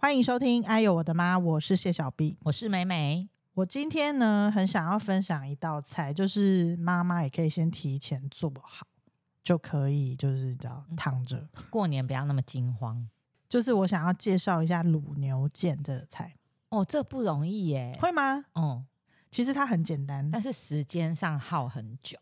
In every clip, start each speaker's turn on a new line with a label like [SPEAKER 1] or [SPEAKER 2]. [SPEAKER 1] 欢迎收听《哎呦我的妈》，我是谢小 B。
[SPEAKER 2] 我是美美，
[SPEAKER 1] 我今天呢，很想要分享一道菜，就是妈妈也可以先提前做好，就可以就是你知
[SPEAKER 2] 嗯
[SPEAKER 1] 道躺着。
[SPEAKER 2] 过年不要那么惊慌
[SPEAKER 1] 就是我想要介绍一下卤牛腱这个菜，
[SPEAKER 2] 哦，这不容易耶。
[SPEAKER 1] 会吗？
[SPEAKER 2] 哦，
[SPEAKER 1] 其实它很简单。
[SPEAKER 2] 但是时间上耗很久。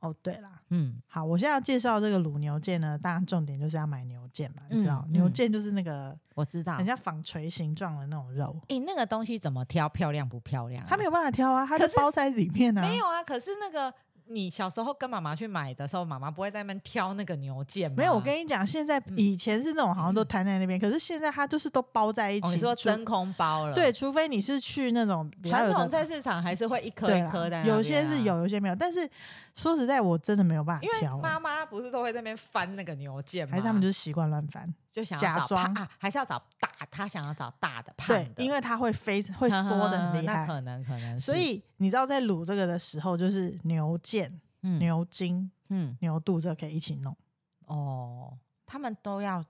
[SPEAKER 1] 哦，对啦，
[SPEAKER 2] 嗯，
[SPEAKER 1] 好，我现在要介绍这个卤牛腱呢，当然重点就是要买牛腱嘛，你知道，
[SPEAKER 2] 嗯
[SPEAKER 1] 牛
[SPEAKER 2] 嗯
[SPEAKER 1] 腱就是那个
[SPEAKER 2] 我知道
[SPEAKER 1] 很。像纺锤形状的那种肉，
[SPEAKER 2] 诶，那个东西怎么挑漂亮不漂亮啊、
[SPEAKER 1] 它没有办法挑啊，它就
[SPEAKER 2] 可是
[SPEAKER 1] 包在里面啊。
[SPEAKER 2] 没有啊？可是那个你小时候跟妈妈去买的时候，妈妈不会在那边挑那个牛腱吗？
[SPEAKER 1] 没有，我跟你讲，现在
[SPEAKER 2] 嗯
[SPEAKER 1] 以前是那种好像都摊在那边，可是现在它就是都包在一起。
[SPEAKER 2] 哦、你说
[SPEAKER 1] 除
[SPEAKER 2] 真空包了？
[SPEAKER 1] 对，，除非你是去那种比较
[SPEAKER 2] 传
[SPEAKER 1] 有
[SPEAKER 2] 统
[SPEAKER 1] 的
[SPEAKER 2] 菜市场还是会一颗
[SPEAKER 1] 对
[SPEAKER 2] 一
[SPEAKER 1] 啦
[SPEAKER 2] 颗的、
[SPEAKER 1] 有些是有，，有些没有。但是说实在，我真的没有办法
[SPEAKER 2] 啊因为
[SPEAKER 1] 挑，
[SPEAKER 2] 妈妈不是都会在那边翻那个牛腱吗？
[SPEAKER 1] 还是他们就是习惯乱翻。
[SPEAKER 2] 就想要
[SPEAKER 1] 假
[SPEAKER 2] 找
[SPEAKER 1] 装
[SPEAKER 2] 胖啊，还是要找大，他想要找大的胖
[SPEAKER 1] 对
[SPEAKER 2] 的，，
[SPEAKER 1] 因为它会飞，会缩的很厉
[SPEAKER 2] 那
[SPEAKER 1] 害。
[SPEAKER 2] 可能可能是，
[SPEAKER 1] 所以你知道，在卤这个的时候，就是牛腱、
[SPEAKER 2] 嗯
[SPEAKER 1] 牛筋、
[SPEAKER 2] 嗯
[SPEAKER 1] 牛肚这可以一起弄。
[SPEAKER 2] 哦，他们都要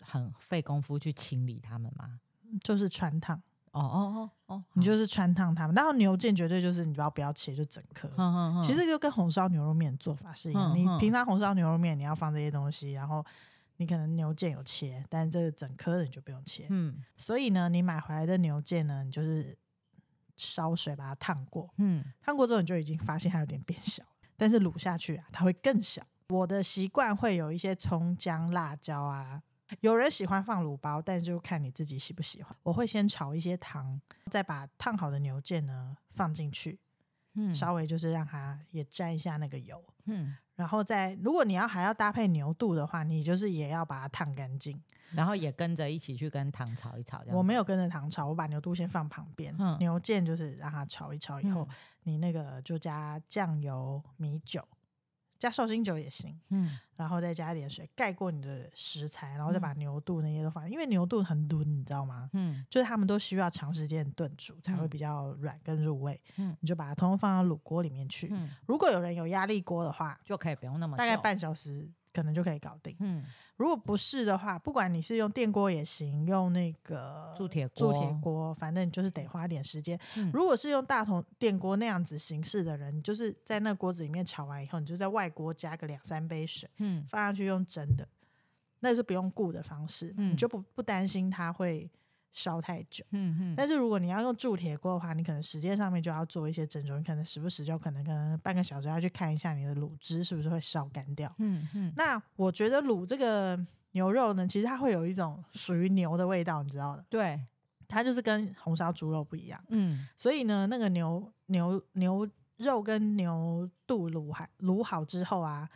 [SPEAKER 2] 很费功夫去清理他们吗？
[SPEAKER 1] 就是穿烫，
[SPEAKER 2] 哦哦哦哦，
[SPEAKER 1] 你就是穿烫它们。然后牛腱绝对就是你不要不要切，就整颗。
[SPEAKER 2] 好哼哼
[SPEAKER 1] 其实就跟红烧牛肉面做法是一样，
[SPEAKER 2] 嗯
[SPEAKER 1] 你
[SPEAKER 2] 嗯
[SPEAKER 1] 平常红烧牛肉面你要放这些东西，然后你可能牛腱有切，但是这个整颗的你就不用切。
[SPEAKER 2] 嗯
[SPEAKER 1] 所以呢，你买回来的牛腱呢，你就是烧水把它烫过，
[SPEAKER 2] 嗯
[SPEAKER 1] 烫过之后你就已经发现它有点变小，但是卤下去啊，它会更小。我的习惯会有一些葱姜辣椒啊，有人喜欢放卤包，但是就看你自己喜不喜欢。我会先炒一些糖，再把烫好的牛腱呢放进去，
[SPEAKER 2] 嗯
[SPEAKER 1] 稍微就是让它也沾一下那个油，
[SPEAKER 2] 嗯，
[SPEAKER 1] 然后再如果你要还要搭配牛肚的话，你就是也要把它烫干净。
[SPEAKER 2] 然后也跟着一起去跟糖炒一炒，这样
[SPEAKER 1] 我没有跟着糖炒，我把牛肚先放旁边，
[SPEAKER 2] 嗯
[SPEAKER 1] 牛腱就是让它炒一炒以后，你那个就加酱油、米酒，加绍兴酒也行，
[SPEAKER 2] 嗯
[SPEAKER 1] 然后再加一点水盖过你的食材，然后再把牛肚那些都放，因为牛肚很嫩，你知道吗？
[SPEAKER 2] 嗯
[SPEAKER 1] 就是他们都需要长时间炖煮才会
[SPEAKER 2] 嗯
[SPEAKER 1] 比较软跟入味，
[SPEAKER 2] 嗯
[SPEAKER 1] 你就把它通通放到卤锅里面去。
[SPEAKER 2] 嗯，
[SPEAKER 1] 如果有人有压力锅的话，
[SPEAKER 2] 就可以不用那么
[SPEAKER 1] 大概
[SPEAKER 2] 久
[SPEAKER 1] 半小时可能就可以搞定。
[SPEAKER 2] 嗯
[SPEAKER 1] 如果不是的话，不管你是用电锅也行，用那个
[SPEAKER 2] 铸铁
[SPEAKER 1] 铸
[SPEAKER 2] 锅
[SPEAKER 1] 铁锅，反正你就是得花点时间。
[SPEAKER 2] 嗯
[SPEAKER 1] 如果是用大同电锅那样子形式的人，你就是在那锅子里面炒完以后，你就在外锅加个两三杯水，
[SPEAKER 2] 嗯
[SPEAKER 1] 放下去用蒸的，那是不用顾的方式，
[SPEAKER 2] 嗯
[SPEAKER 1] 你就不不担心它会烧太久。
[SPEAKER 2] 嗯嗯
[SPEAKER 1] 但是如果你要用铸铁锅的话，你可能时间上面就要做一些斟酌，你可能时不时就可能可能半个小时要去看一下你的卤汁是不是会烧干掉。
[SPEAKER 2] 嗯嗯，
[SPEAKER 1] 那我觉得卤这个牛肉呢，其实它会有一种属于牛的味道，你知道的，
[SPEAKER 2] 对，
[SPEAKER 1] 它就是跟红烧猪肉不一样。
[SPEAKER 2] 嗯
[SPEAKER 1] 所以呢，那个牛牛牛肉跟牛肚卤还卤好之后啊，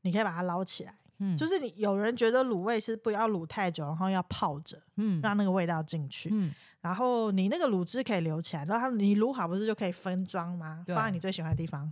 [SPEAKER 1] 你可以把它捞起来。
[SPEAKER 2] 嗯，
[SPEAKER 1] 就是你有人觉得卤味是不要卤太久，然后要泡着，
[SPEAKER 2] 嗯
[SPEAKER 1] 让那个味道进去。
[SPEAKER 2] 嗯
[SPEAKER 1] 然后你那个卤汁可以留起来，然后它你卤好不是就可以分装吗？
[SPEAKER 2] 对
[SPEAKER 1] 放在你最喜欢的地方。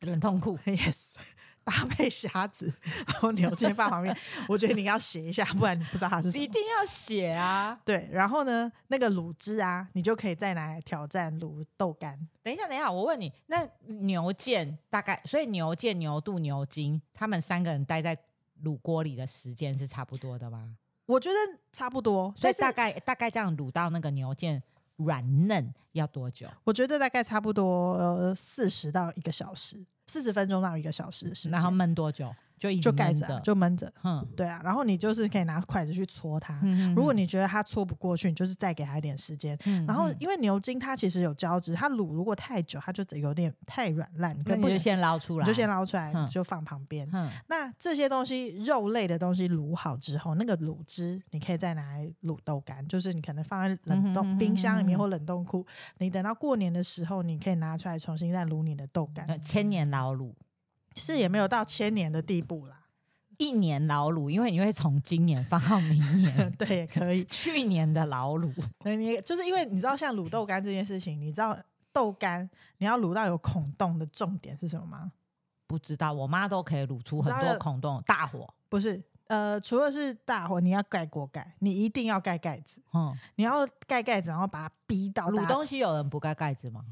[SPEAKER 2] 冷痛 苦，
[SPEAKER 1] Yes，搭配虾子，然后牛腱放旁边。我觉得你要写一下，不然你不知道它是什
[SPEAKER 2] 一
[SPEAKER 1] 么。
[SPEAKER 2] 定要写啊！
[SPEAKER 1] 对，然后呢，那个卤汁啊，你就可以再拿来挑战卤豆干。
[SPEAKER 2] 等一下，等一下，我问你，那牛腱大概，所以牛腱、牛肚、牛筋，他们三个人待在卤锅里的时间是差不多的吗？
[SPEAKER 1] 我觉得差不多，
[SPEAKER 2] 所
[SPEAKER 1] 但
[SPEAKER 2] 以
[SPEAKER 1] 是
[SPEAKER 2] 大概大概这样卤到那个牛腱软嫩要多久？
[SPEAKER 1] 我觉得大概差不多呃四十到一个小时，四十分钟到一个小时的时间，
[SPEAKER 2] 然后焖多久？就一直
[SPEAKER 1] 就盖
[SPEAKER 2] 焖
[SPEAKER 1] 着
[SPEAKER 2] 着
[SPEAKER 1] 啊，，就闷着。
[SPEAKER 2] 嗯
[SPEAKER 1] 对啊，然后你就是可以拿筷子去搓它。
[SPEAKER 2] 嗯
[SPEAKER 1] 如果你觉得它搓不过去，你就是再给它一点时间。
[SPEAKER 2] 嗯
[SPEAKER 1] 然后
[SPEAKER 2] 嗯
[SPEAKER 1] 因为牛筋它其实有胶质，它卤如果太久，它就有点太软烂，你可
[SPEAKER 2] 那
[SPEAKER 1] 能
[SPEAKER 2] 你
[SPEAKER 1] 不
[SPEAKER 2] 就
[SPEAKER 1] 小
[SPEAKER 2] 先捞出
[SPEAKER 1] 你
[SPEAKER 2] 来，
[SPEAKER 1] 就先捞出来，
[SPEAKER 2] 嗯
[SPEAKER 1] 就放旁边。
[SPEAKER 2] 嗯
[SPEAKER 1] 那这些东西，肉类的东西卤好之后，那个卤汁你可以再拿来卤豆干，就是你可能放在冷
[SPEAKER 2] 嗯
[SPEAKER 1] 冻
[SPEAKER 2] 哼
[SPEAKER 1] 冰箱里面
[SPEAKER 2] 嗯哼
[SPEAKER 1] 或冷冻库，你等到过年的时候，你可以拿出来重新再卤你的豆干，
[SPEAKER 2] 呃千年老卤，
[SPEAKER 1] 是也没有到千年的地步 啦，
[SPEAKER 2] 一年老卤，因为你会从今年放到明 年，
[SPEAKER 1] 对，也可以。
[SPEAKER 2] 去年的老卤，
[SPEAKER 1] 那你就是因为你知道像卤豆干这件事情，你知道豆干你要卤到有孔洞的重点是什么吗？
[SPEAKER 2] 不知道我妈都可以卤出很
[SPEAKER 1] 知道
[SPEAKER 2] 多
[SPEAKER 1] 了
[SPEAKER 2] 孔洞，大火，
[SPEAKER 1] 不是，呃，除了是大火，你要盖锅盖，你一定要盖盖子。
[SPEAKER 2] 嗯。
[SPEAKER 1] 你要盖盖子，然后把它逼到哦大
[SPEAKER 2] 卤东西有人不盖盖子 吗？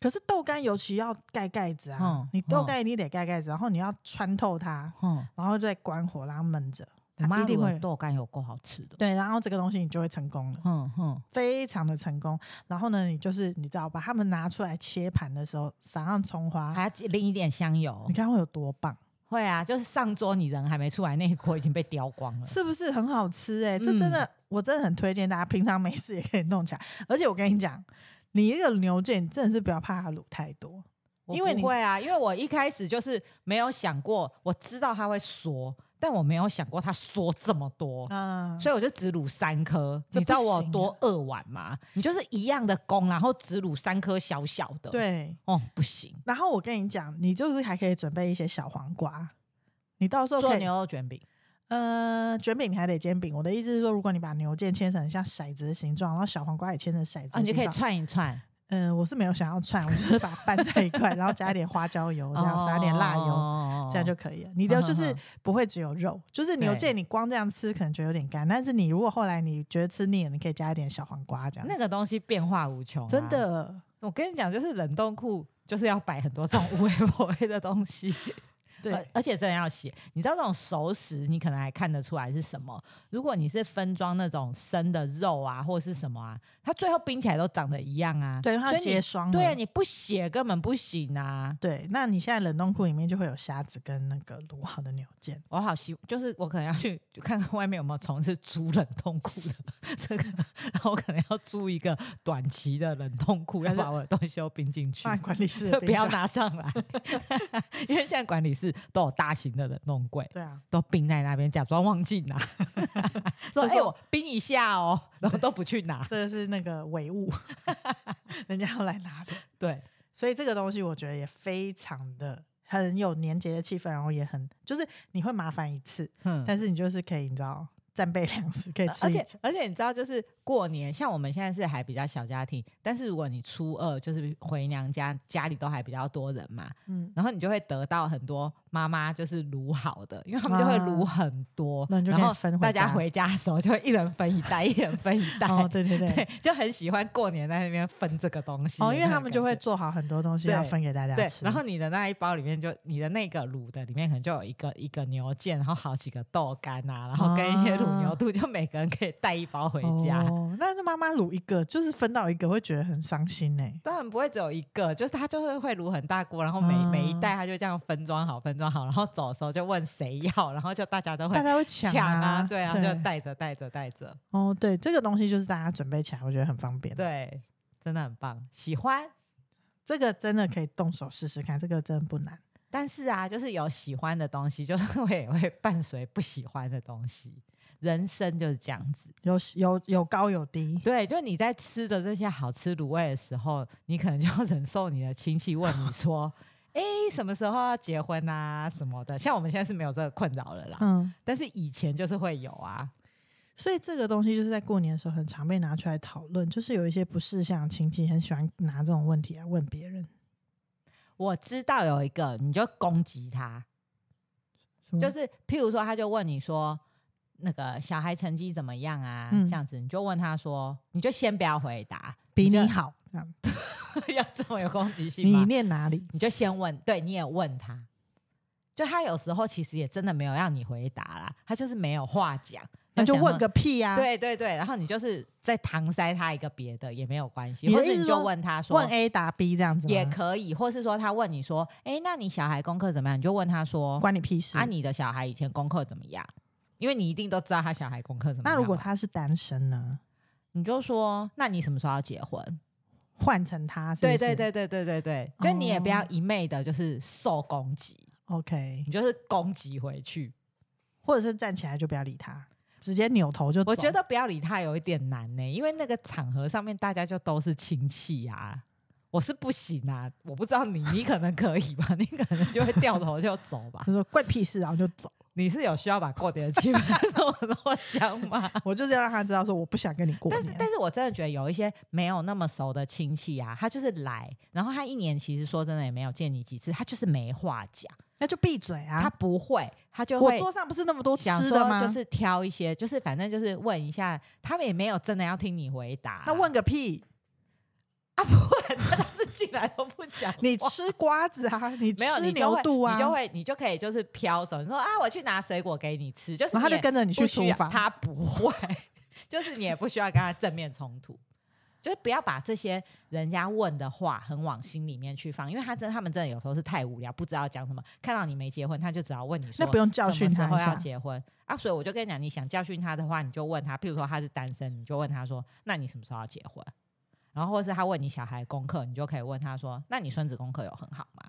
[SPEAKER 1] 可是豆干尤其要盖盖子啊，
[SPEAKER 2] 嗯
[SPEAKER 1] 你豆干你得盖盖子，然后你要穿透它，
[SPEAKER 2] 嗯，
[SPEAKER 1] 然后再关火，然后焖着。
[SPEAKER 2] 我妈
[SPEAKER 1] 啊一定
[SPEAKER 2] 卤的
[SPEAKER 1] 会。
[SPEAKER 2] 豆干有够好吃 的。
[SPEAKER 1] 对，然后这个东西你就会成功了，
[SPEAKER 2] 嗯哼，
[SPEAKER 1] 非常的成功。然后呢，你就是你知道，把它们拿出来切盘的时候，撒上葱花，
[SPEAKER 2] 还要淋一点 香油
[SPEAKER 1] 你。看会有多棒，
[SPEAKER 2] 会啊，就是上桌你人还没出来，那一锅已经被叼光了。
[SPEAKER 1] 是不是很好吃、
[SPEAKER 2] 嗯
[SPEAKER 1] 欸？哎，这真的，我真的很推荐大家，平常没事也可以弄起来。而且我跟你讲，你一个牛腱，你真的是不要怕它卤太多，
[SPEAKER 2] 我
[SPEAKER 1] 因为
[SPEAKER 2] 不
[SPEAKER 1] 你
[SPEAKER 2] 会啊，因为我一开始就是没有想过，我知道它会缩，但我没有想过它缩这么多。
[SPEAKER 1] 嗯，
[SPEAKER 2] 哦所以我就只卤三颗，
[SPEAKER 1] 这
[SPEAKER 2] 你知道
[SPEAKER 1] 不
[SPEAKER 2] 我
[SPEAKER 1] 行啊
[SPEAKER 2] 多饿碗吗？你就是一样的工，然后只卤三颗小小的，，
[SPEAKER 1] 对。
[SPEAKER 2] 哦，不行，
[SPEAKER 1] 然后我跟你讲，你就是还可以准备一些小黄瓜，你到时候
[SPEAKER 2] 做
[SPEAKER 1] 可以
[SPEAKER 2] 牛肉卷饼，
[SPEAKER 1] 呃卷饼，你还得煎饼。我的意思是说，如果你把牛腱切成像骰子的形状，然后小黄瓜也切成骰子的
[SPEAKER 2] 啊，你就
[SPEAKER 1] 形
[SPEAKER 2] 可以
[SPEAKER 1] 状，
[SPEAKER 2] 串一串，
[SPEAKER 1] 嗯、我是没有想要串，我就是 把它拌在一块，然后加一点花椒油，这样撒点辣
[SPEAKER 2] 哦
[SPEAKER 1] 油，
[SPEAKER 2] 油
[SPEAKER 1] 这样就可以了。你的就是不会只有肉，就是牛腱
[SPEAKER 2] 嗯对
[SPEAKER 1] 你光这样吃可能觉得有点干，但是你如果后来你觉得吃腻了，你可以加一点小黄瓜这样。
[SPEAKER 2] 那个东西变化无穷、啊
[SPEAKER 1] 真，的，
[SPEAKER 2] 我跟你讲，就是冷冻库就是要摆很多这种无微不微的东西。
[SPEAKER 1] 对
[SPEAKER 2] 而，而且真的要写，你知道这种熟食，你可能还看得出来是什么。如果你是分装那种生的肉啊，或是什么啊，它最后冰起来都长得一样啊。
[SPEAKER 1] 对，它
[SPEAKER 2] 所以
[SPEAKER 1] 结
[SPEAKER 2] 你
[SPEAKER 1] 霜了。
[SPEAKER 2] 对啊，你不写根本不行啊。
[SPEAKER 1] 对，那你现在冷冻库里面就会有虾子跟那个卤好的牛腱。
[SPEAKER 2] 我好希，就是我可能要去看看外面有没有从事租冷冻库的这个，我可能要租一个短期的冷冻库，要
[SPEAKER 1] 还是
[SPEAKER 2] 把我的东西都冰 进去
[SPEAKER 1] 放。在管理室
[SPEAKER 2] 就
[SPEAKER 1] 的
[SPEAKER 2] 不要
[SPEAKER 1] 冰箱。
[SPEAKER 2] 拿上来，因为现在管理室都有大型的冷冻柜，
[SPEAKER 1] 对啊，
[SPEAKER 2] 都冰在那边，假装忘记拿，
[SPEAKER 1] 这
[SPEAKER 2] 说：“哎、
[SPEAKER 1] 是
[SPEAKER 2] 我冰一下哦。”然后都不去拿。
[SPEAKER 1] 这个是那个伪物， 人家要来拿的。
[SPEAKER 2] 对，
[SPEAKER 1] 所以这个东西我觉得也非常的很有年节的气氛，然后也很就是你会麻烦一次，
[SPEAKER 2] 嗯。呃
[SPEAKER 1] 但是你就是可以你知道战备粮食可以吃
[SPEAKER 2] 而
[SPEAKER 1] 一
[SPEAKER 2] 且
[SPEAKER 1] 下。
[SPEAKER 2] 而且你知道，就是过年，像我们现在是还比较小家庭，但是如果你初二就是回娘家，家里都还比较多人嘛，
[SPEAKER 1] 嗯，
[SPEAKER 2] 然后你就会得到很多妈妈就是卤好的，因为他们就会卤很多，
[SPEAKER 1] 那你就可以
[SPEAKER 2] 然后
[SPEAKER 1] 分回
[SPEAKER 2] 大家
[SPEAKER 1] 家
[SPEAKER 2] 回家的时候就会一人分一袋，一人分一袋，
[SPEAKER 1] 哦，对对对，
[SPEAKER 2] 对，就很喜欢过年在那边分这个东西
[SPEAKER 1] 哦，因为他们就
[SPEAKER 2] 那种感
[SPEAKER 1] 会
[SPEAKER 2] 觉
[SPEAKER 1] 做好很多东西要
[SPEAKER 2] 对
[SPEAKER 1] 分给大家
[SPEAKER 2] 对，
[SPEAKER 1] 吃。
[SPEAKER 2] 然后你的那一包里面就你的那个卤的里面可能就有一个一个牛腱，然后好几个豆干啊，然后跟一些卤牛肚，就每个人可以带一包回家。
[SPEAKER 1] 哦，那那妈妈卤一个，就是分到一个，会觉得很伤心欸呢、
[SPEAKER 2] 当然不会只有一个，就是他就是会卤很大锅，然后每、每一
[SPEAKER 1] 嗯
[SPEAKER 2] 袋他就这样分装好，分装好，然后走的时候就问谁要，然后就大家都会
[SPEAKER 1] 大家会抢
[SPEAKER 2] 啊，对
[SPEAKER 1] 对
[SPEAKER 2] 啊，就带着带着带着，
[SPEAKER 1] 哦，对，这个东西就是大家准备起来，我觉得很方便。，
[SPEAKER 2] 对，真的很棒，喜欢。
[SPEAKER 1] 这个真的可以动手试试看，这个真的不难。
[SPEAKER 2] 但是啊，就是有喜欢的东西，就是会会伴随不喜欢的东西，人生就是这样 子。
[SPEAKER 1] 有有有高有低，
[SPEAKER 2] 对，就你在吃的这些好吃卤味的时候，你可能就要忍受你的亲戚问你说：“ 哎、什么时候要结婚啊？什么的。”像我们现在是没有这个困扰了啦，
[SPEAKER 1] 嗯，
[SPEAKER 2] 但是以前就是会有啊。
[SPEAKER 1] 所以这个东西就是在过年的时候很常被拿出来讨论，就是有一些不识相的亲戚很喜欢拿这种问题来问别人，
[SPEAKER 2] 我知道有一个，你就攻击他，
[SPEAKER 1] 什么
[SPEAKER 2] 就是譬如说，他就问你说。那个小孩成绩怎么样啊？
[SPEAKER 1] 嗯
[SPEAKER 2] 这样子你就问他说，你就先不要回答，
[SPEAKER 1] 比
[SPEAKER 2] 就
[SPEAKER 1] 你好，这样
[SPEAKER 2] 要这么有攻击性吗？
[SPEAKER 1] 你念哪里？
[SPEAKER 2] 你就先问，对，你也问他。就他有时候其实也真的没有让你回答啦，他就是没有话讲，
[SPEAKER 1] 那就
[SPEAKER 2] 想
[SPEAKER 1] 问
[SPEAKER 2] 说、
[SPEAKER 1] 个屁呀、
[SPEAKER 2] 对对对，然后你就是再搪塞他一个别的也没有关系，
[SPEAKER 1] 你的
[SPEAKER 2] 或者
[SPEAKER 1] 意思
[SPEAKER 2] 你就
[SPEAKER 1] 说
[SPEAKER 2] 问他说
[SPEAKER 1] 问 A 答 B 这样子吗
[SPEAKER 2] 也可以，或是说他问你说，哎，那你小孩功课怎么样？你就问他说，
[SPEAKER 1] 关你屁事
[SPEAKER 2] 啊，。你的小孩以前功课怎么样？因为你一定都知道他小孩功课怎么样嘛。
[SPEAKER 1] 那如果他是单身呢？
[SPEAKER 2] 你就说，那你什么时候要结婚？
[SPEAKER 1] 换成他是不
[SPEAKER 2] 对
[SPEAKER 1] 是，哦
[SPEAKER 2] 对对对对对对，就你也不要一昧的就是受攻击，
[SPEAKER 1] ，OK，
[SPEAKER 2] 你就是攻击回去。
[SPEAKER 1] 或者是站起来就不要理他，直接扭头就走。
[SPEAKER 2] 我觉得不要理他有一点难呢、因为那个场合上面大家就都是亲戚啊，我是不行啊，我不知道你，你可能可以吧， 你可能就会掉头就走吧
[SPEAKER 1] 他。说关你屁事，然啊后就走。
[SPEAKER 2] 你是有需要把过年的气氛都跟我讲吗？
[SPEAKER 1] 我就是要让他知道说 我不想跟你过
[SPEAKER 2] 但是
[SPEAKER 1] 年，，
[SPEAKER 2] 但是我真的觉得有一些没有那么熟的亲戚啊，他就是来，然后他一年其实说真的也没有见你几次，他就是没话讲，
[SPEAKER 1] 那就闭嘴
[SPEAKER 2] 他
[SPEAKER 1] 啊！
[SPEAKER 2] 不会，他就
[SPEAKER 1] 我
[SPEAKER 2] 会
[SPEAKER 1] 桌上不是那么哦多吃
[SPEAKER 2] 想
[SPEAKER 1] 的
[SPEAKER 2] 说
[SPEAKER 1] 吗？
[SPEAKER 2] 就是挑一些，就是反正就是问一下， 他们也没有真的要听你回答啊、
[SPEAKER 1] 那问个屁！
[SPEAKER 2] 他是进来都不讲话，
[SPEAKER 1] 你吃瓜子啊，你
[SPEAKER 2] 没有
[SPEAKER 1] 吃
[SPEAKER 2] 你就
[SPEAKER 1] 牛
[SPEAKER 2] 会
[SPEAKER 1] 肚啊，
[SPEAKER 2] 你就会你就可以就是飘走，你说啊，我去拿水果给你吃，就是
[SPEAKER 1] 然后他
[SPEAKER 2] 你
[SPEAKER 1] 就
[SPEAKER 2] 也
[SPEAKER 1] 跟着你去
[SPEAKER 2] 不需
[SPEAKER 1] 厨
[SPEAKER 2] 要
[SPEAKER 1] 房。
[SPEAKER 2] 他不会， 就是你也不需要跟他正面冲突，就是不要把这些人家问的话很往心里面去放，因为他真的他们真的有时候是太无聊，不知道讲什么，看到你没结婚，他就只要问你说
[SPEAKER 1] 那不用教
[SPEAKER 2] 什
[SPEAKER 1] 训
[SPEAKER 2] 么时
[SPEAKER 1] 他
[SPEAKER 2] 候
[SPEAKER 1] 一下
[SPEAKER 2] 要结婚啊，所以我就跟你讲，你想教训他的话，你就问他，譬如说他是单身，你就问他说，那你什么时候要结婚？然后或是他问你小孩功课，你就可以问他说，那你孙子功课有很好吗？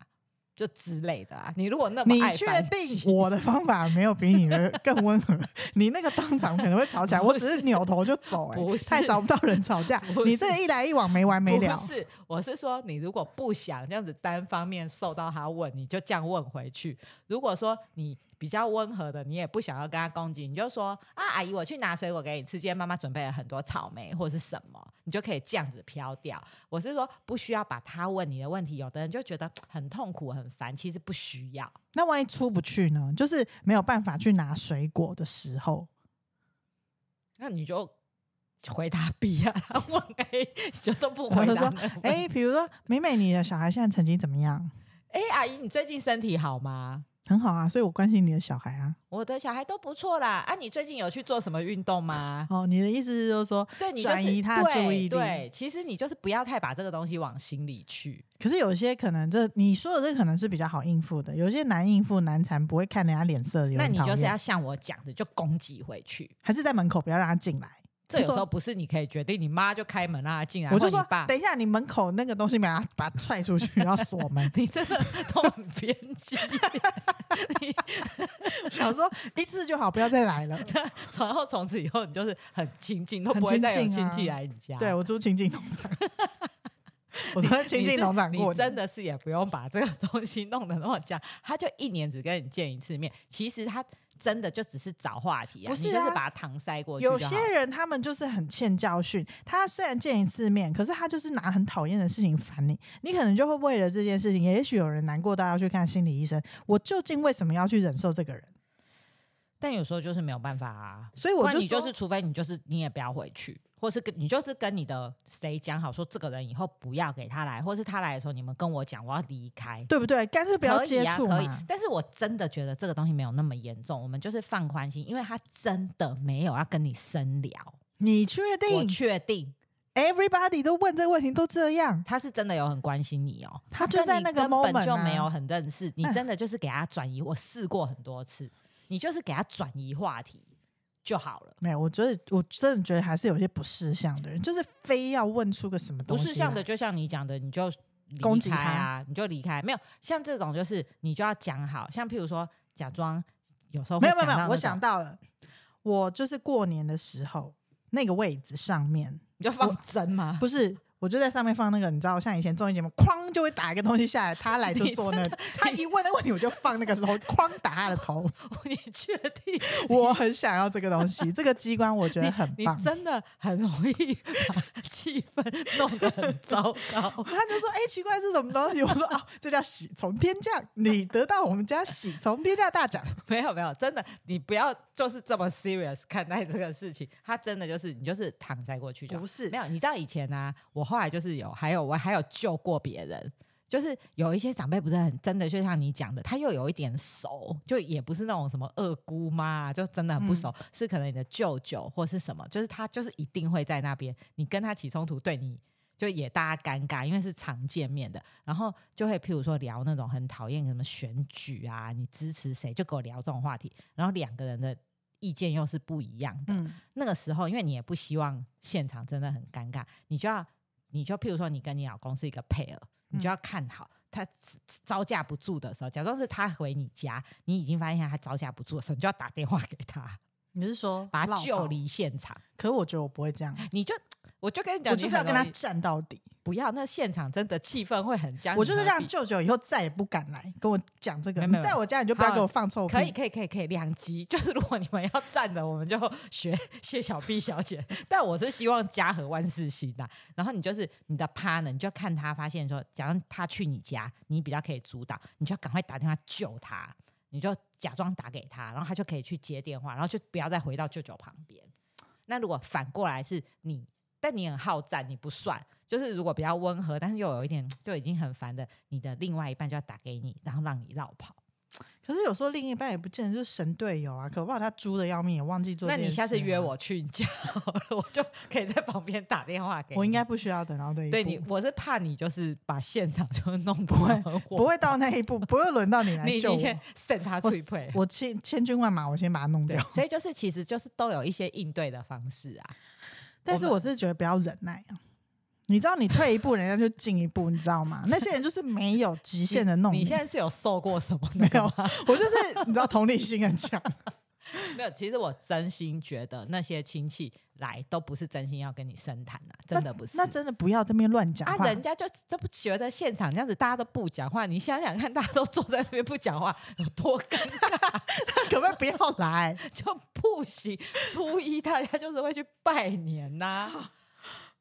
[SPEAKER 2] 就之类的啊，你如果那么
[SPEAKER 1] 你
[SPEAKER 2] 爱
[SPEAKER 1] 确
[SPEAKER 2] 反击
[SPEAKER 1] 定我的方法没有比你的 更温和？你那个当场可能会吵起来，我只是扭头就走、欸，
[SPEAKER 2] 不是
[SPEAKER 1] 太找不到人吵架
[SPEAKER 2] 不。是
[SPEAKER 1] 你这个一来一往没完没了
[SPEAKER 2] 不，是，我是说，你如果不想这样子单方面受到他问，你就这样问回去。如果说你比较温和的，你也不想要跟他攻击，你就说啊，阿姨，我去拿水果给你吃，今天妈妈准备了很多草莓或是什么，你就可以这样子飘掉。我是说，不需要把他问你的问题，有的人就觉得很痛苦、很烦，其实不需要。
[SPEAKER 1] 那万一出不去呢？就是没有办法去拿水果的时候，
[SPEAKER 2] 那你就回答 B 啊，他问 A 你就都不
[SPEAKER 1] 然
[SPEAKER 2] 回
[SPEAKER 1] 后
[SPEAKER 2] 答
[SPEAKER 1] 说
[SPEAKER 2] 那个问题。
[SPEAKER 1] 哎、比如说美美，你的小孩现在成绩怎么样？
[SPEAKER 2] 哎、阿姨，你最近身体好吗？
[SPEAKER 1] 很好啊，所以我关心你的小孩啊。？
[SPEAKER 2] 我的小孩都不错啦。啊，你最近有去做什么运动吗
[SPEAKER 1] 哦，你的意思是就是说，
[SPEAKER 2] 对你就是
[SPEAKER 1] 转移他的
[SPEAKER 2] 对
[SPEAKER 1] 注意力
[SPEAKER 2] 对，其实你就是不要太把这个东西往心里去。
[SPEAKER 1] 可是有些可能这你说的这可能是比较好应付的，有些难应付难缠，不会看人家脸色，有
[SPEAKER 2] 那
[SPEAKER 1] 人
[SPEAKER 2] 你
[SPEAKER 1] 讨
[SPEAKER 2] 就是要
[SPEAKER 1] 厌。
[SPEAKER 2] 像我讲的，就攻击回去。
[SPEAKER 1] 还是在门口不要让他进来。
[SPEAKER 2] 这有
[SPEAKER 1] 就
[SPEAKER 2] 时
[SPEAKER 1] 说
[SPEAKER 2] 候不是你可以决定，你妈就开门让他进来，
[SPEAKER 1] 我就
[SPEAKER 2] 或
[SPEAKER 1] 说
[SPEAKER 2] 你爸，
[SPEAKER 1] 等一下，你门口那个东西把它把它踹出去，然后锁
[SPEAKER 2] 。
[SPEAKER 1] 门
[SPEAKER 2] 你真的都很偏激，你
[SPEAKER 1] 想说一次就好，不要再来 了。
[SPEAKER 2] 啊然后从此以后你就是很亲近，都
[SPEAKER 1] 很
[SPEAKER 2] 不会再有
[SPEAKER 1] 亲近
[SPEAKER 2] 亲
[SPEAKER 1] 啊
[SPEAKER 2] 戚来你家。
[SPEAKER 1] 对我住亲近农 场，我都在亲
[SPEAKER 2] 你
[SPEAKER 1] 近
[SPEAKER 2] 是
[SPEAKER 1] 农场过
[SPEAKER 2] 你真
[SPEAKER 1] 年。
[SPEAKER 2] 的是也不用把这个 东西弄得那么僵，他就一年只跟你见一次面，其实他真的就只是找话题啊，
[SPEAKER 1] 不是
[SPEAKER 2] 你就是
[SPEAKER 1] 啊
[SPEAKER 2] 把搪塞过去就
[SPEAKER 1] 有
[SPEAKER 2] 好
[SPEAKER 1] 些人他们就是很欠教训，他虽然见一次面，可是他就是拿很讨厌的事情烦你，你可能就会为了这件事情，也许有人难过到要去看心理医生。我究竟为什么要去忍受这个人？
[SPEAKER 2] 但有时候就是没有办法啊，
[SPEAKER 1] 所以
[SPEAKER 2] 不
[SPEAKER 1] 我
[SPEAKER 2] 然
[SPEAKER 1] 就
[SPEAKER 2] 你就
[SPEAKER 1] 说
[SPEAKER 2] 是，除非你就是你也不要回去，或是跟你就是跟你的谁讲好说这个人以后不要给他来，或是他来的时候你们跟我讲我要离开。
[SPEAKER 1] 对不对？干脆不要
[SPEAKER 2] 可以
[SPEAKER 1] 接
[SPEAKER 2] 啊
[SPEAKER 1] 触
[SPEAKER 2] 可以
[SPEAKER 1] 嘛。
[SPEAKER 2] 但是我真的觉得这个东西没有那么严重，我们就是放宽心，因为他真的没有要跟你深聊。
[SPEAKER 1] 你确
[SPEAKER 2] 我
[SPEAKER 1] 定
[SPEAKER 2] 确定，
[SPEAKER 1] ？Everybody 都问这个问题都这样，
[SPEAKER 2] 他是真的有很关心你哦，
[SPEAKER 1] 他就在那个
[SPEAKER 2] 但你
[SPEAKER 1] moment
[SPEAKER 2] 根本就
[SPEAKER 1] 啊
[SPEAKER 2] 没有很认识，你
[SPEAKER 1] 嗯
[SPEAKER 2] 真的就是给他转移。我试过很多次，你就是给他转移话题就好了，
[SPEAKER 1] 没有，我觉得我真的觉得还是有些不识相的人，就是非要问出个什么
[SPEAKER 2] 不
[SPEAKER 1] 东西来。啊
[SPEAKER 2] 是像的，就像你讲的，你就
[SPEAKER 1] 攻
[SPEAKER 2] 离
[SPEAKER 1] 击
[SPEAKER 2] 开啊，你就离开。没有像这种，就是你就要讲好，像譬如说假装有哦时候会
[SPEAKER 1] 没有没有没
[SPEAKER 2] 讲到
[SPEAKER 1] 有，我
[SPEAKER 2] 那
[SPEAKER 1] 想
[SPEAKER 2] 种
[SPEAKER 1] 到了，我就是过年的时候那个位置上面
[SPEAKER 2] 你就
[SPEAKER 1] 我
[SPEAKER 2] 放针吗？
[SPEAKER 1] 不是。我就在上面放那个，你知道，像以前综艺节目，哐就会打一个东西下来，他来就
[SPEAKER 2] 你
[SPEAKER 1] 坐 那，他一问那问题，我就放那个头，哐打他的头。
[SPEAKER 2] 你确定？
[SPEAKER 1] 我很想要这个东西，这个机关我觉得很
[SPEAKER 2] 你
[SPEAKER 1] 棒。
[SPEAKER 2] 真的很容易把气氛弄得很糟糕。
[SPEAKER 1] 他就说：“哎、奇怪，这是什么东西？”我说：“哦，这叫喜从天降，你得到我们家喜从天降大奖。
[SPEAKER 2] 没有没有，真的，你不要就是这么 serious 看待这个事情。他真的就是你就是搪塞过去”就好
[SPEAKER 1] 不是
[SPEAKER 2] 没，有。你知道以前啊，我后来就是有，还有我还有救过别人，就是有一些长辈不是很真的，就像你讲的，他又有一点熟，就也不是那种什么二姑妈啊，就真的很不熟，是可能你的舅舅或是什么，就是他就是一定会在那边，你跟他起冲突，对你。就也大家尴尬，因为是常见面的，然后就会譬如说聊那种很讨厌什么选举啊，你支持谁，就跟我聊这种话题，然后两个人的意见又是不一样的，
[SPEAKER 1] 嗯，
[SPEAKER 2] 那个时候，因为你也不希望现场真的很尴尬，你就要，你就譬如说，你跟你老公是一个配偶，你
[SPEAKER 1] 嗯
[SPEAKER 2] 就要看好他招架不住的时候，假装是他回你家，你已经发现他招架不住的时候，你就要打电话给他，
[SPEAKER 1] 你是说
[SPEAKER 2] 把他
[SPEAKER 1] 唠
[SPEAKER 2] 救
[SPEAKER 1] 叨
[SPEAKER 2] 离现场。
[SPEAKER 1] 可我觉得我不会这样，
[SPEAKER 2] 你就，我就跟你讲，
[SPEAKER 1] 我就是要
[SPEAKER 2] 你很
[SPEAKER 1] 跟
[SPEAKER 2] 容
[SPEAKER 1] 他
[SPEAKER 2] 易
[SPEAKER 1] 战到底。
[SPEAKER 2] 不要，那现场真的气氛会很僵。
[SPEAKER 1] 我
[SPEAKER 2] 你
[SPEAKER 1] 就是
[SPEAKER 2] 何
[SPEAKER 1] 让
[SPEAKER 2] 必
[SPEAKER 1] 舅舅以后再也不敢来跟我讲这个。
[SPEAKER 2] 没有
[SPEAKER 1] 你
[SPEAKER 2] 没有
[SPEAKER 1] 在我家你就不要给我放臭屁。
[SPEAKER 2] 可以，可以，可以，可以，两集。 就是如果你们要站的，我们就学谢小 B 小姐。 但我是希望家和万事兴的。然后你就是你的 partner，你就看他发现说，假如他去你家，你比较可以主导，你就要赶快打电话救他，你就假装打给他，然后他就可以去接电话，然后就不要再回到舅舅旁边。那如果反过来是你但你很好战，你不算。就是如果比较温和，但是又有一点就已经很烦的，你的另外一半就要打给你，然后让你绕跑。
[SPEAKER 1] 可是有时候另一半也不见得就是神队友啊，可不好他猪的要命，也忘记做、
[SPEAKER 2] 那你下次约，我去你家 好了，我就可以在旁边打电话给你。
[SPEAKER 1] 我应该不需要等到那一步，
[SPEAKER 2] 对你，我是怕你就是把现场就弄
[SPEAKER 1] 不会
[SPEAKER 2] 完我
[SPEAKER 1] 不会到那一 步，不会轮到你来
[SPEAKER 2] 你
[SPEAKER 1] 救
[SPEAKER 2] 你
[SPEAKER 1] 我。
[SPEAKER 2] 先省他
[SPEAKER 1] 我
[SPEAKER 2] 脆配。
[SPEAKER 1] 我千千军万马，我先把它弄
[SPEAKER 2] 对
[SPEAKER 1] 掉，。
[SPEAKER 2] 所以就是其实就是都有一些应对的方式啊。
[SPEAKER 1] 但是我是觉得不要忍耐啊。你知道，你退一步，人家就进一步，你知道 吗？那些人就是没有极限的弄
[SPEAKER 2] 你现在是有受过什 么没有？
[SPEAKER 1] 我就是你知道，同理心很强。
[SPEAKER 2] 没有。其实我真心觉得那些亲戚来都不是真心要跟你深谈啊，真的不 是。
[SPEAKER 1] 那真的不要这边乱讲
[SPEAKER 2] 啊，
[SPEAKER 1] 话。
[SPEAKER 2] 人家就就不觉得现场这样子大家都不讲话，你想想看，大家都坐在那边不讲话，有多尴尬
[SPEAKER 1] 可不可以不要来？
[SPEAKER 2] 就不行。初一大家就是会去拜年呐、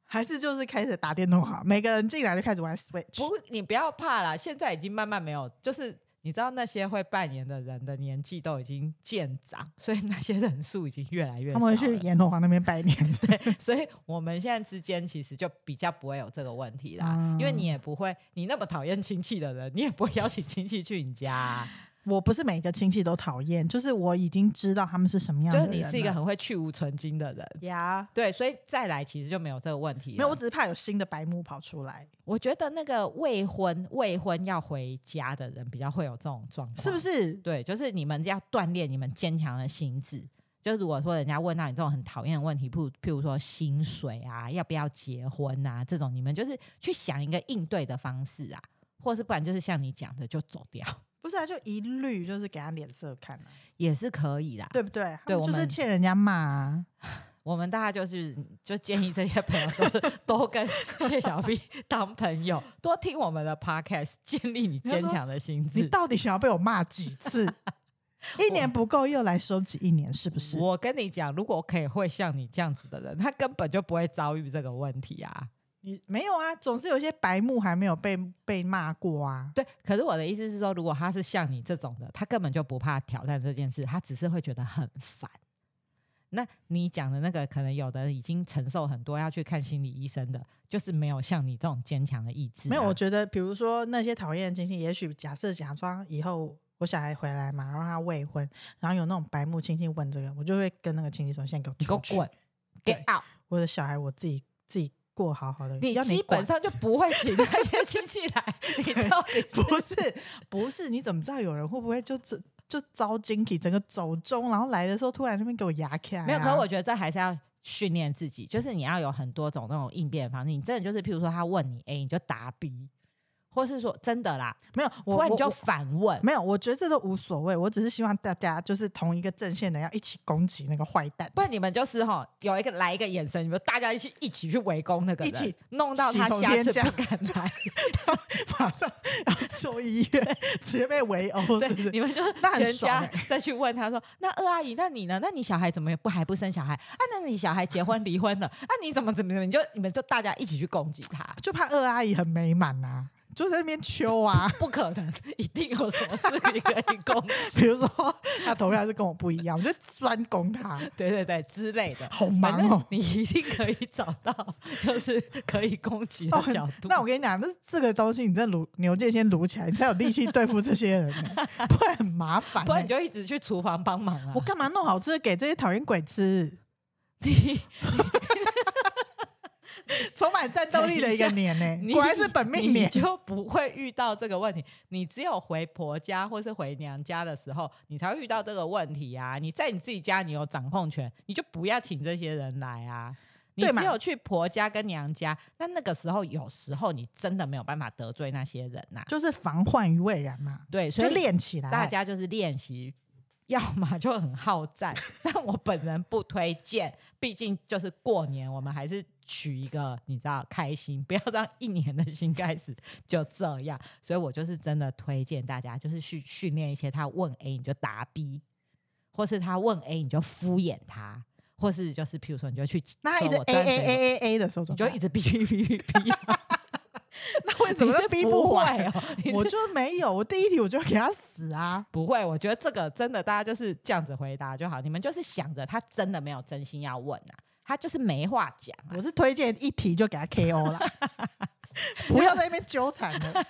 [SPEAKER 1] 还是就是开始打电动
[SPEAKER 2] 嗯
[SPEAKER 1] 好？每个人进来就开始玩 Switch。
[SPEAKER 2] 不，你不要怕啦，现在已经慢慢没有，就是你知道那些会拜年的人的年纪都已经渐长，所以那些人数已经越来越
[SPEAKER 1] 他
[SPEAKER 2] 少
[SPEAKER 1] 们会去
[SPEAKER 2] 了。
[SPEAKER 1] 阎罗王那边拜年，
[SPEAKER 2] 所以我们现在之间其实就比较不会有这个问题啦，因为你也不会，你那么讨厌亲戚的人，你也不会邀请亲戚去你家啊、
[SPEAKER 1] 我不是每个亲戚都讨厌，就是我已经知道他们是什么样
[SPEAKER 2] 就
[SPEAKER 1] 的
[SPEAKER 2] 是
[SPEAKER 1] 人了。
[SPEAKER 2] 你是一个很会去无存精的人。
[SPEAKER 1] 呀
[SPEAKER 2] 对，所以再来其实就没有这个问题了。
[SPEAKER 1] 没有，我只是怕有新的白目跑出来，
[SPEAKER 2] 我觉得那个未婚未婚要回家的人比较会有这种状况，
[SPEAKER 1] 是不？是？
[SPEAKER 2] 对，啊就是你们要锻炼你们坚强的心智。就如果说人家问到你这种很讨厌的问题，譬如譬如说薪水啊，要不要结婚啊这种，你们就是去想一个应对的方式啊，或是不然就是像你讲的就走掉
[SPEAKER 1] 不是啊，就一律就是给他脸色看啊，
[SPEAKER 2] 也是可以啦。
[SPEAKER 1] 对不对？他
[SPEAKER 2] 对
[SPEAKER 1] 们
[SPEAKER 2] 啊我
[SPEAKER 1] 就是
[SPEAKER 2] 们
[SPEAKER 1] 欠人家骂啊。
[SPEAKER 2] 我们大家就是就建议这些朋友都是都跟谢小 B 当朋友，多听我们的 podcast，建立你坚强的心
[SPEAKER 1] 你
[SPEAKER 2] 智。
[SPEAKER 1] 到底想要被我骂几 次？一年不够，又来收集一年，是不是？
[SPEAKER 2] 我跟你讲，如果可以会像你这样子的人，他根本就不会遭遇这个问题啊。
[SPEAKER 1] 你没有啊，总是有一些白目还没有被被骂过啊。
[SPEAKER 2] 对，可是我的意思是说，如果他是像你这种的，他根本就不怕挑战这件事，他只是会觉得很烦。那你讲的那个，可能有的人已经承受很多，要去看心理医生的，就是没有像你这种坚强的意志啊、
[SPEAKER 1] 没有，我觉得比如说那些讨厌的亲戚，也许假设假装以后我小孩回来嘛，然后他未婚，然后有那种白目亲戚问这个，我就会跟那个亲戚说：“现在给
[SPEAKER 2] 你给
[SPEAKER 1] 我
[SPEAKER 2] 我
[SPEAKER 1] 出去，
[SPEAKER 2] 滚
[SPEAKER 1] 对
[SPEAKER 2] ，get out！
[SPEAKER 1] 我的小孩我自己自己过好好的。”
[SPEAKER 2] 你
[SPEAKER 1] 要
[SPEAKER 2] 基
[SPEAKER 1] 管
[SPEAKER 2] 本上就不会请那些亲戚 来，你到底是
[SPEAKER 1] 不是不是，你怎么知道有人会不会就这就遭惊体整个走中，然后来的时候突然那边给我牙起来、啊？
[SPEAKER 2] 没有？可是我觉得这还是要训练自己，就是你要有很多种那种应变方式。你真的就是，譬如说他问你 A，你就答 B，或是说真的啦，
[SPEAKER 1] 没有，我
[SPEAKER 2] 不然
[SPEAKER 1] 我
[SPEAKER 2] 你就
[SPEAKER 1] 我
[SPEAKER 2] 反问。
[SPEAKER 1] 没有，我觉得这都无所谓，我只是希望大家就是同一个阵线的，要一起攻击那个坏蛋。
[SPEAKER 2] 不然你们就是哈，有一个来一个眼神，你们大家一起一起去围攻那个人，
[SPEAKER 1] 一起
[SPEAKER 2] 弄到他
[SPEAKER 1] 起头
[SPEAKER 2] 下
[SPEAKER 1] 天
[SPEAKER 2] 次
[SPEAKER 1] 降
[SPEAKER 2] 不敢来。
[SPEAKER 1] 马上要 送医院，直接被围殴，
[SPEAKER 2] 对
[SPEAKER 1] 是不，是？
[SPEAKER 2] 你们就是
[SPEAKER 1] 那很
[SPEAKER 2] 全
[SPEAKER 1] 爽
[SPEAKER 2] 家
[SPEAKER 1] 欸
[SPEAKER 2] 再去问他说：“那二阿姨，那你呢？那你小孩怎么不还不生小孩啊？那你小孩结婚离婚了啊？你怎么怎么怎么？你就你们就大家一起去攻击他，
[SPEAKER 1] 就怕二阿姨很美满啊，就在那边秋啊。
[SPEAKER 2] 不可能，一定有什么事情可以攻击。
[SPEAKER 1] 比如说她投票是跟我不一样，我就专攻她。
[SPEAKER 2] 对对对，之类的，
[SPEAKER 1] 好忙
[SPEAKER 2] 反
[SPEAKER 1] 哦
[SPEAKER 2] 正你一定可以找到， 就是可以攻击的
[SPEAKER 1] 哦很
[SPEAKER 2] 角度。
[SPEAKER 1] 那我跟你讲，那这个东西你在撸牛腱先撸起来，你才有力气对付这些人 欸、不然很麻烦欸、
[SPEAKER 2] 不然你就一直去厨房帮忙啊
[SPEAKER 1] 我！干嘛弄好吃的给这些讨厌鬼吃？
[SPEAKER 2] 你
[SPEAKER 1] 充满战斗力的一个年呢、
[SPEAKER 2] 你
[SPEAKER 1] 果然是本命年
[SPEAKER 2] 你。就不会遇到这个问题。你只有回婆家或是回娘家的时候，你才会遇到这个问题啊！你在你自己家，你有掌控权，你就不要请这些人来啊！你
[SPEAKER 1] 对嘛
[SPEAKER 2] 只有去婆家跟娘家，那那个时候有时候你真的没有办法得罪那些人呐、
[SPEAKER 1] 就是防患于未然嘛，
[SPEAKER 2] 对，所
[SPEAKER 1] 就
[SPEAKER 2] 以
[SPEAKER 1] 练起来。
[SPEAKER 2] 大家就是练习。要么就很好战，但我本人不推荐，毕竟就是过年，我们还是取一个你知道开心，不要让一年的心开始就这样。所以我就是真的推荐大家，就是去训练一些他问 A 你就答 B，或是他问 A 你就敷衍他，或是就是譬如说你就去
[SPEAKER 1] 那他一直
[SPEAKER 2] 说我
[SPEAKER 1] A A
[SPEAKER 2] 断水
[SPEAKER 1] A A A 的时候，
[SPEAKER 2] 你就一直逼逼逼逼逼啊，
[SPEAKER 1] 那为什么
[SPEAKER 2] 你
[SPEAKER 1] 都
[SPEAKER 2] 是
[SPEAKER 1] 逼
[SPEAKER 2] 不
[SPEAKER 1] 完？
[SPEAKER 2] 会 哦？你
[SPEAKER 1] 我
[SPEAKER 2] 是
[SPEAKER 1] 就没有，我第一题我就给他死啊！
[SPEAKER 2] 不会，我觉得这个真的大家就是这样子回答就好。你们就是想着他真的没有真心要问啊，他就是没话讲啊、
[SPEAKER 1] 我是推荐一提就给他 KO 了，不要在那边纠缠了。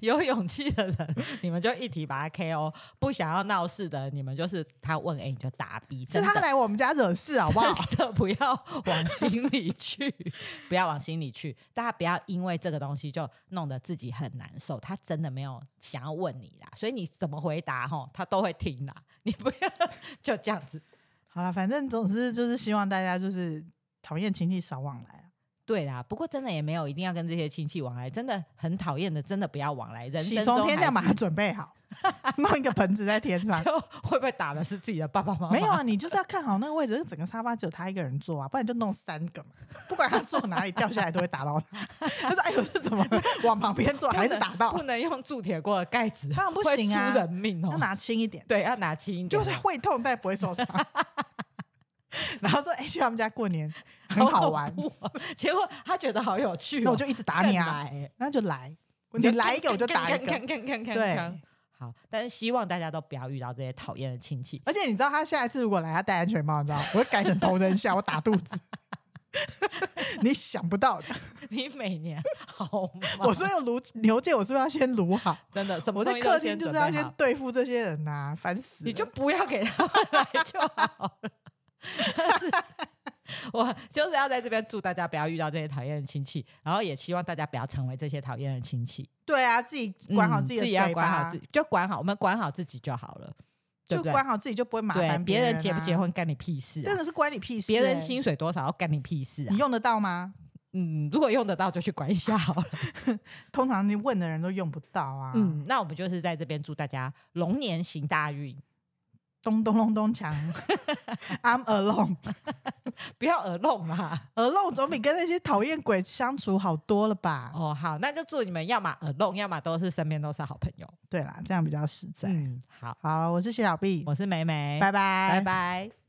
[SPEAKER 2] 有勇气的人， 你们就一题把他 KO；不想要闹事的，你们就是他问 A 你就答 B。
[SPEAKER 1] 是
[SPEAKER 2] 真
[SPEAKER 1] 他
[SPEAKER 2] 的，
[SPEAKER 1] 来我们家惹事好不好？
[SPEAKER 2] 真的不要往心里去， 不要往心里去。大家不要因为这个东西就弄得自己很难受。他真的没有想要问你啦，所以你怎么回答吼，他都会听啦。你不要 就这样子。
[SPEAKER 1] 好了，反正总之就是希望大家就是讨厌亲戚少往来啊。
[SPEAKER 2] 对啦，不过真的也没有一定要跟这些亲戚往来，真的很讨厌的，真的不要往来。人
[SPEAKER 1] 喜
[SPEAKER 2] 生
[SPEAKER 1] 从
[SPEAKER 2] 中
[SPEAKER 1] 天
[SPEAKER 2] 还
[SPEAKER 1] 降把它
[SPEAKER 2] 是
[SPEAKER 1] 准备 好，弄一个盆子在天 上。
[SPEAKER 2] 就会不会打的是自己的爸爸妈妈？
[SPEAKER 1] 没有啊，你就是要看好那个位置，整个沙发只有他一个人坐 啊，不然你就弄三个嘛。不管他坐哪里，掉下来都会打到他。 他说：“哎呦，这怎么了往旁边坐，
[SPEAKER 2] 不
[SPEAKER 1] 还是
[SPEAKER 2] 能
[SPEAKER 1] 打到
[SPEAKER 2] 不能用铸铁锅的盖子，
[SPEAKER 1] 当然不
[SPEAKER 2] 会
[SPEAKER 1] 行啊
[SPEAKER 2] 出人命？”
[SPEAKER 1] 要
[SPEAKER 2] 哦。
[SPEAKER 1] 拿轻一点，
[SPEAKER 2] 对，要拿轻一点啊
[SPEAKER 1] 就
[SPEAKER 2] 的，
[SPEAKER 1] 是会痛但不会受伤。 然后说：“哎，去他们家过年很
[SPEAKER 2] 好
[SPEAKER 1] 好
[SPEAKER 2] 恐
[SPEAKER 1] 玩。
[SPEAKER 2] 怖哦。结果他觉得好有趣哦，
[SPEAKER 1] 那我就一直打
[SPEAKER 2] 更
[SPEAKER 1] 你啊，
[SPEAKER 2] 来，
[SPEAKER 1] 然后就来，你来一个我就打一个。
[SPEAKER 2] 看看看看
[SPEAKER 1] 对，
[SPEAKER 2] 好，但是希望大家都不要遇到这些讨厌的亲戚。
[SPEAKER 1] 而且你知道他下一次如果来，他戴安全帽，你知道，我会改成头人笑，我打肚子。 你想不到的，
[SPEAKER 2] 你每年好吗？
[SPEAKER 1] 我说要炉牛腱，我是不是要先炉好？
[SPEAKER 2] 真的，什么
[SPEAKER 1] 我
[SPEAKER 2] 东
[SPEAKER 1] 在
[SPEAKER 2] 西
[SPEAKER 1] 客
[SPEAKER 2] 都
[SPEAKER 1] 厅
[SPEAKER 2] 先
[SPEAKER 1] 就是
[SPEAKER 2] 准备
[SPEAKER 1] 要
[SPEAKER 2] 好
[SPEAKER 1] 先对付这些人呐、烦死了！
[SPEAKER 2] 你就不要给他们来就好了。 但是我就是要在这边祝大家不要遇到这些讨厌的亲戚，然后也希望大家不要成为这些讨厌的亲戚，
[SPEAKER 1] 对啊，自己管好
[SPEAKER 2] 嗯
[SPEAKER 1] 自己的
[SPEAKER 2] 自己要
[SPEAKER 1] 嘴
[SPEAKER 2] 管好
[SPEAKER 1] 巴，
[SPEAKER 2] 自己，就管好我们管好自己就好了，对
[SPEAKER 1] 就
[SPEAKER 2] 不对
[SPEAKER 1] 管好自己，就不会麻
[SPEAKER 2] 对
[SPEAKER 1] 烦
[SPEAKER 2] 别
[SPEAKER 1] 人、啊
[SPEAKER 2] 人结不结，婚干你屁事、
[SPEAKER 1] 真
[SPEAKER 2] 啊，
[SPEAKER 1] 的是关你屁事、
[SPEAKER 2] 别人
[SPEAKER 1] 欸
[SPEAKER 2] 薪水多少要干你屁事啊
[SPEAKER 1] 你！用得到吗？
[SPEAKER 2] 嗯，如果用得到就去管一下好了。
[SPEAKER 1] 通常你问的人都用不到啊。
[SPEAKER 2] 嗯，那我们就是在这边祝大家龙年行大运，
[SPEAKER 1] 咚咚咚咚锵 ，I'm alone。
[SPEAKER 2] 不要耳聋啦。
[SPEAKER 1] alone 总比跟那些讨厌鬼相处好多了吧？
[SPEAKER 2] 哦，好，那就祝你们要么耳聋，要么都是身边都是好朋友。
[SPEAKER 1] 对啦，这样比较实在。
[SPEAKER 2] 嗯，好，
[SPEAKER 1] 好，我是谢小 B，
[SPEAKER 2] 我是梅梅，
[SPEAKER 1] 拜拜，
[SPEAKER 2] 拜拜。